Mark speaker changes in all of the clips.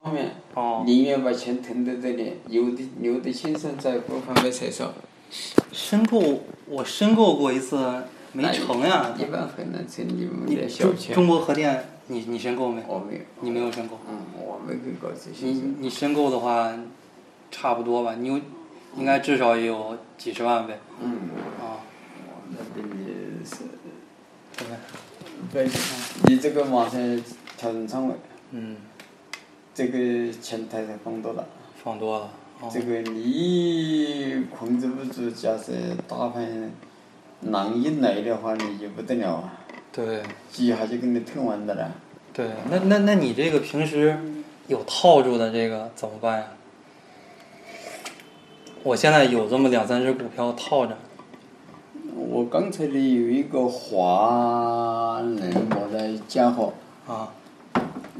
Speaker 1: 方面，
Speaker 2: 哦，
Speaker 1: 宁愿把钱腾在这里，留的留的青山在，不放在手上。
Speaker 2: 申购我申购过一次没成呀。
Speaker 1: 一般很难成你们
Speaker 2: 你
Speaker 1: 的小
Speaker 2: 中
Speaker 1: 钱。
Speaker 2: 中国核电，你你申购没？
Speaker 1: 我没有，
Speaker 2: 你没有申购。
Speaker 1: 嗯，我没去搞这
Speaker 2: 你
Speaker 1: 些。
Speaker 2: 你申购的话，差不多吧，你有应该至少也有几十万呗。
Speaker 1: 嗯，
Speaker 2: 啊，
Speaker 1: 我那边也是。
Speaker 2: 对吧？
Speaker 1: 对，你这个马上调整仓位，
Speaker 2: 嗯，
Speaker 1: 这个前台才放多大？
Speaker 2: 放多了。哦，
Speaker 1: 这个你控制不住，假设大盘狼一来的话，你就不得了啊！
Speaker 2: 对
Speaker 1: 鸡还是给你吞完的了。
Speaker 2: 对，那那那你这个平时有套住的这个怎么办呀？我现在有这么两三只股票套着，
Speaker 1: 我刚才的有一个华人某的家伙，
Speaker 2: 啊，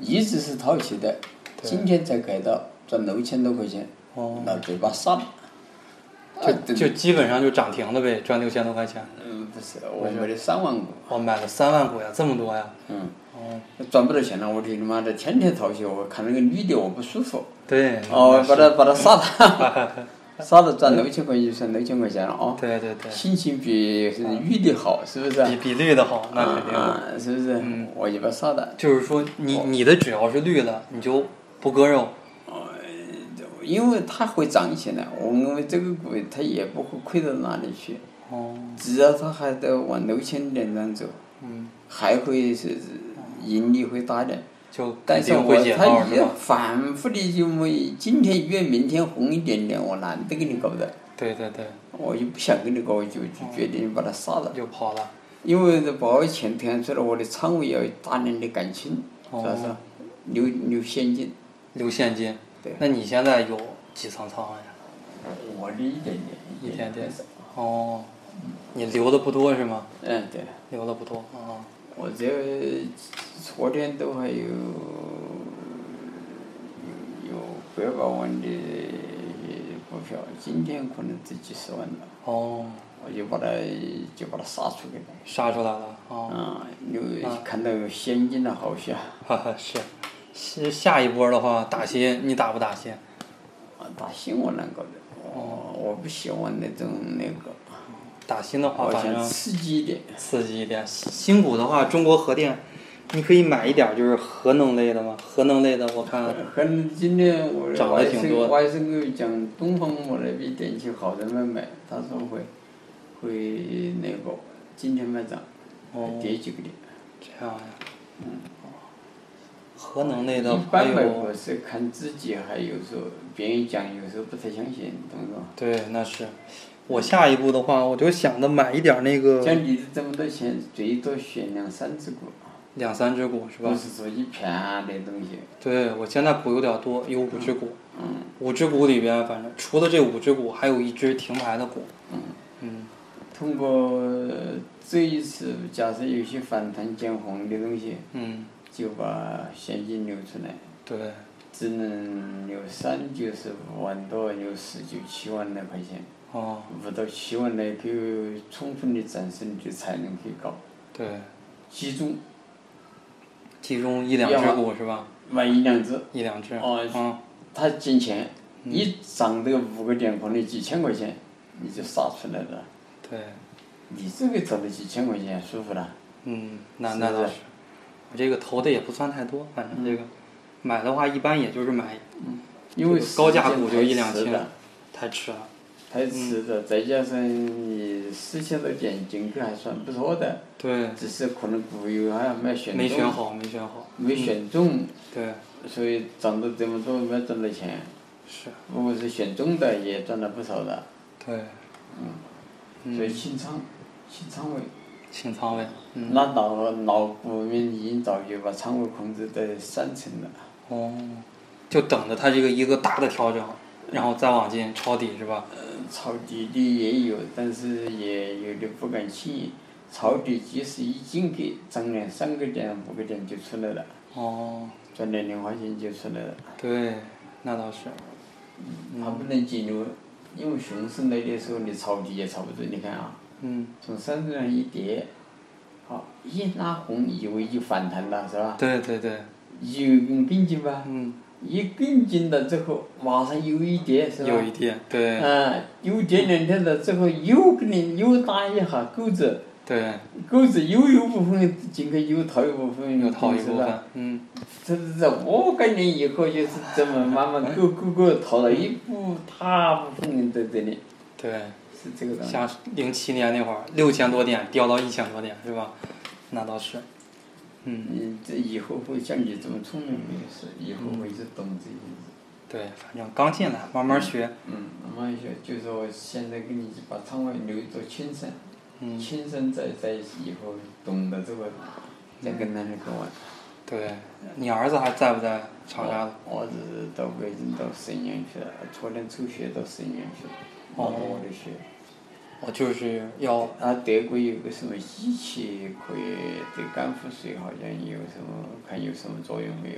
Speaker 1: 一直是套期的，今天才改到赚六千多块钱，
Speaker 2: 哦，
Speaker 1: 老嘴巴杀了。啊
Speaker 2: 就就基本上就涨停了呗，赚六千多块钱，
Speaker 1: 嗯，不是，我买了三万股，
Speaker 2: 我买了三万股呀，这么多呀，
Speaker 1: 嗯，
Speaker 2: 哦，
Speaker 1: 赚不到钱了，我就他妈的天天套期，我看那个女的我不舒服。
Speaker 2: 对，
Speaker 1: 哦，把他把他杀 了，杀了赚六千块就算六千块钱了啊、
Speaker 2: 对对对，
Speaker 1: 心情比是玉的好，是不是？
Speaker 2: 比比绿的好，那肯定，嗯
Speaker 1: 啊，啊是不是？我一般杀的，
Speaker 2: 就是说你
Speaker 1: 哦
Speaker 2: 你的只要是绿的，你就不割肉，
Speaker 1: 因为它会涨起来，我认为这个股它也不会亏到哪里去，
Speaker 2: 哦，
Speaker 1: 只要它还在往六千点上走，
Speaker 2: 嗯，
Speaker 1: 还会是盈利会大点。
Speaker 2: 就
Speaker 1: 但
Speaker 2: 哦肯
Speaker 1: 是
Speaker 2: 定
Speaker 1: 我
Speaker 2: 会解套
Speaker 1: 它
Speaker 2: 是
Speaker 1: 也
Speaker 2: 吧？
Speaker 1: 反复的就为今天越明天红一点点，我懒得给你搞的，
Speaker 2: 对对对，
Speaker 1: 我就不想跟你搞，我就就决定把它杀了。
Speaker 2: 就跑了，
Speaker 1: 因为这把钱腾出来，我的仓位要大量的感情，
Speaker 2: 哦
Speaker 1: 是不是？留留现金，
Speaker 2: 留现金。
Speaker 1: 对
Speaker 2: 那你现在有几层仓呀？
Speaker 1: 我的一点
Speaker 2: 哦一
Speaker 1: 点，
Speaker 2: 点点。哦，你留的不多是吗？
Speaker 1: 嗯，对，
Speaker 2: 留的不多啊、
Speaker 1: 我这昨天都还有有有百把万的股票，今天可能只几十万了，
Speaker 2: 哦，
Speaker 1: 我就把它就把它杀出去了。
Speaker 2: 杀出来了哦，
Speaker 1: 啊，有看到有现金的好些，
Speaker 2: 哈哈 是。是下一波的话，打新你打不打新？
Speaker 1: 啊，打新我那个的，我我不喜欢那种那个。
Speaker 2: 打新的话，
Speaker 1: 我
Speaker 2: 反
Speaker 1: 想
Speaker 2: 正
Speaker 1: 刺激一点。
Speaker 2: 刺激一点。新股的话，中国核电，你可以买一点儿就是核能类的嘛。核能类的，我看
Speaker 1: 和今天我
Speaker 2: 涨得
Speaker 1: 外
Speaker 2: 挺
Speaker 1: 甥
Speaker 2: 多
Speaker 1: 外甥给我讲东方我那边电器好人们买，他说会会那个今天没涨，
Speaker 2: 哦
Speaker 1: 跌几个点。
Speaker 2: 这样呀。核能类的
Speaker 1: 一
Speaker 2: 还
Speaker 1: 般买
Speaker 2: 有，
Speaker 1: 股是看自己，还有时候别人讲，有时候不太相信，懂不懂？
Speaker 2: 对，那是。我下一步的话，我就想着买一点儿那个
Speaker 1: 像你这么多钱，最多选两三只股，
Speaker 2: 两三只股哦是吧
Speaker 1: 不？是说一片的东西。
Speaker 2: 对，我现在股有点多，有五只股。
Speaker 1: 嗯
Speaker 2: 五只股里边，反正除了这五只股，还有一只停牌的股。嗯。
Speaker 1: 通过这一次，假设有些反弹见红的东西，
Speaker 2: 嗯
Speaker 1: 就把现金流出来。
Speaker 2: 对，
Speaker 1: 只能有三九十五万多，有十九七万来块钱，
Speaker 2: 哦，
Speaker 1: 五到七万来够充分的展示你的才能可以搞，
Speaker 2: 对，
Speaker 1: 集中
Speaker 2: 其中一两只股是吧？
Speaker 1: 买一两只，
Speaker 2: 一两只。
Speaker 1: 哦
Speaker 2: 嗯，
Speaker 1: 它进钱，一涨这个五个点可能几千块钱，你就杀出来了，
Speaker 2: 对，
Speaker 1: 你这个找了几千块钱舒服了，
Speaker 2: 嗯，那
Speaker 1: 是嗯
Speaker 2: 那倒
Speaker 1: 的
Speaker 2: 是。我这个投的也不算太多，反正这个买的话，一般也就是买
Speaker 1: 因为
Speaker 2: 这个高价股就一两
Speaker 1: 时间
Speaker 2: 千
Speaker 1: 太迟了，
Speaker 2: 太
Speaker 1: 太
Speaker 2: 迟了。
Speaker 1: 迟了，再加上
Speaker 2: 嗯
Speaker 1: 你四千多点进去还算不错的，
Speaker 2: 对，
Speaker 1: 只是可能股友还没选
Speaker 2: 没选
Speaker 1: 中，嗯
Speaker 2: 好，没选好。
Speaker 1: 没选中。
Speaker 2: 对，
Speaker 1: 所以涨到这么多没赚到钱，
Speaker 2: 是，
Speaker 1: 如果是选中的也赚了不少的，
Speaker 2: 对，嗯
Speaker 1: 所以清仓，清仓位。
Speaker 2: 清仓位。嗯。
Speaker 1: 那老老股民已经早就把仓位控制在三成了，
Speaker 2: 哦，就等着它这个一个大的调整，然后再往进抄底是吧？
Speaker 1: 嗯抄底的也有，但是也有的不敢轻易。抄底即使一进去，涨两三个点、五个点就出来了，
Speaker 2: 哦，
Speaker 1: 赚点零花钱就出来了，
Speaker 2: 对，那倒是，嗯
Speaker 1: 它不能进入。因为熊市来的时候，你抄底也抄不住，你看啊。
Speaker 2: 嗯，
Speaker 1: 从山上一跌，好一拉红，以为就反弹了是吧？
Speaker 2: 对对对，
Speaker 1: 有跟跟进吧，
Speaker 2: 嗯，
Speaker 1: 一跟进了之后，马上有一跌，是吧？
Speaker 2: 有一点，对
Speaker 1: 啊，有跌两天了之后，又给你又打一下钩子，
Speaker 2: 对，
Speaker 1: 钩子又有部分进去，又逃一部分，
Speaker 2: 又套一部
Speaker 1: 是吧。
Speaker 2: 分，嗯，
Speaker 1: 这这这，我感觉以后就是这么慢 慢勾勾勾逃了一部大部分人在这里，
Speaker 2: 对，
Speaker 1: 是这个东西。
Speaker 2: 像零七年那会儿，六千多点掉到一千多点，是吧？那倒是，嗯，
Speaker 1: 嗯，这以后会像你这么聪明的也是，以后会是懂这些事。
Speaker 2: 对，反正刚进来，慢慢学，
Speaker 1: 嗯，慢慢学，就是我现在给你把仓位留做亲身，
Speaker 2: 嗯，
Speaker 1: 亲身在在一起以后懂得这个，再跟那里跟我。
Speaker 2: 对，你儿子还在不在长沙了？
Speaker 1: 我是到北京到沈阳去了，昨天抽血到沈阳去了，拿
Speaker 2: 哦
Speaker 1: 了我的血。
Speaker 2: 我就是要，
Speaker 1: 啊，德国有个什么机器可以对肝腹水好像有什么，看有什么作用没有？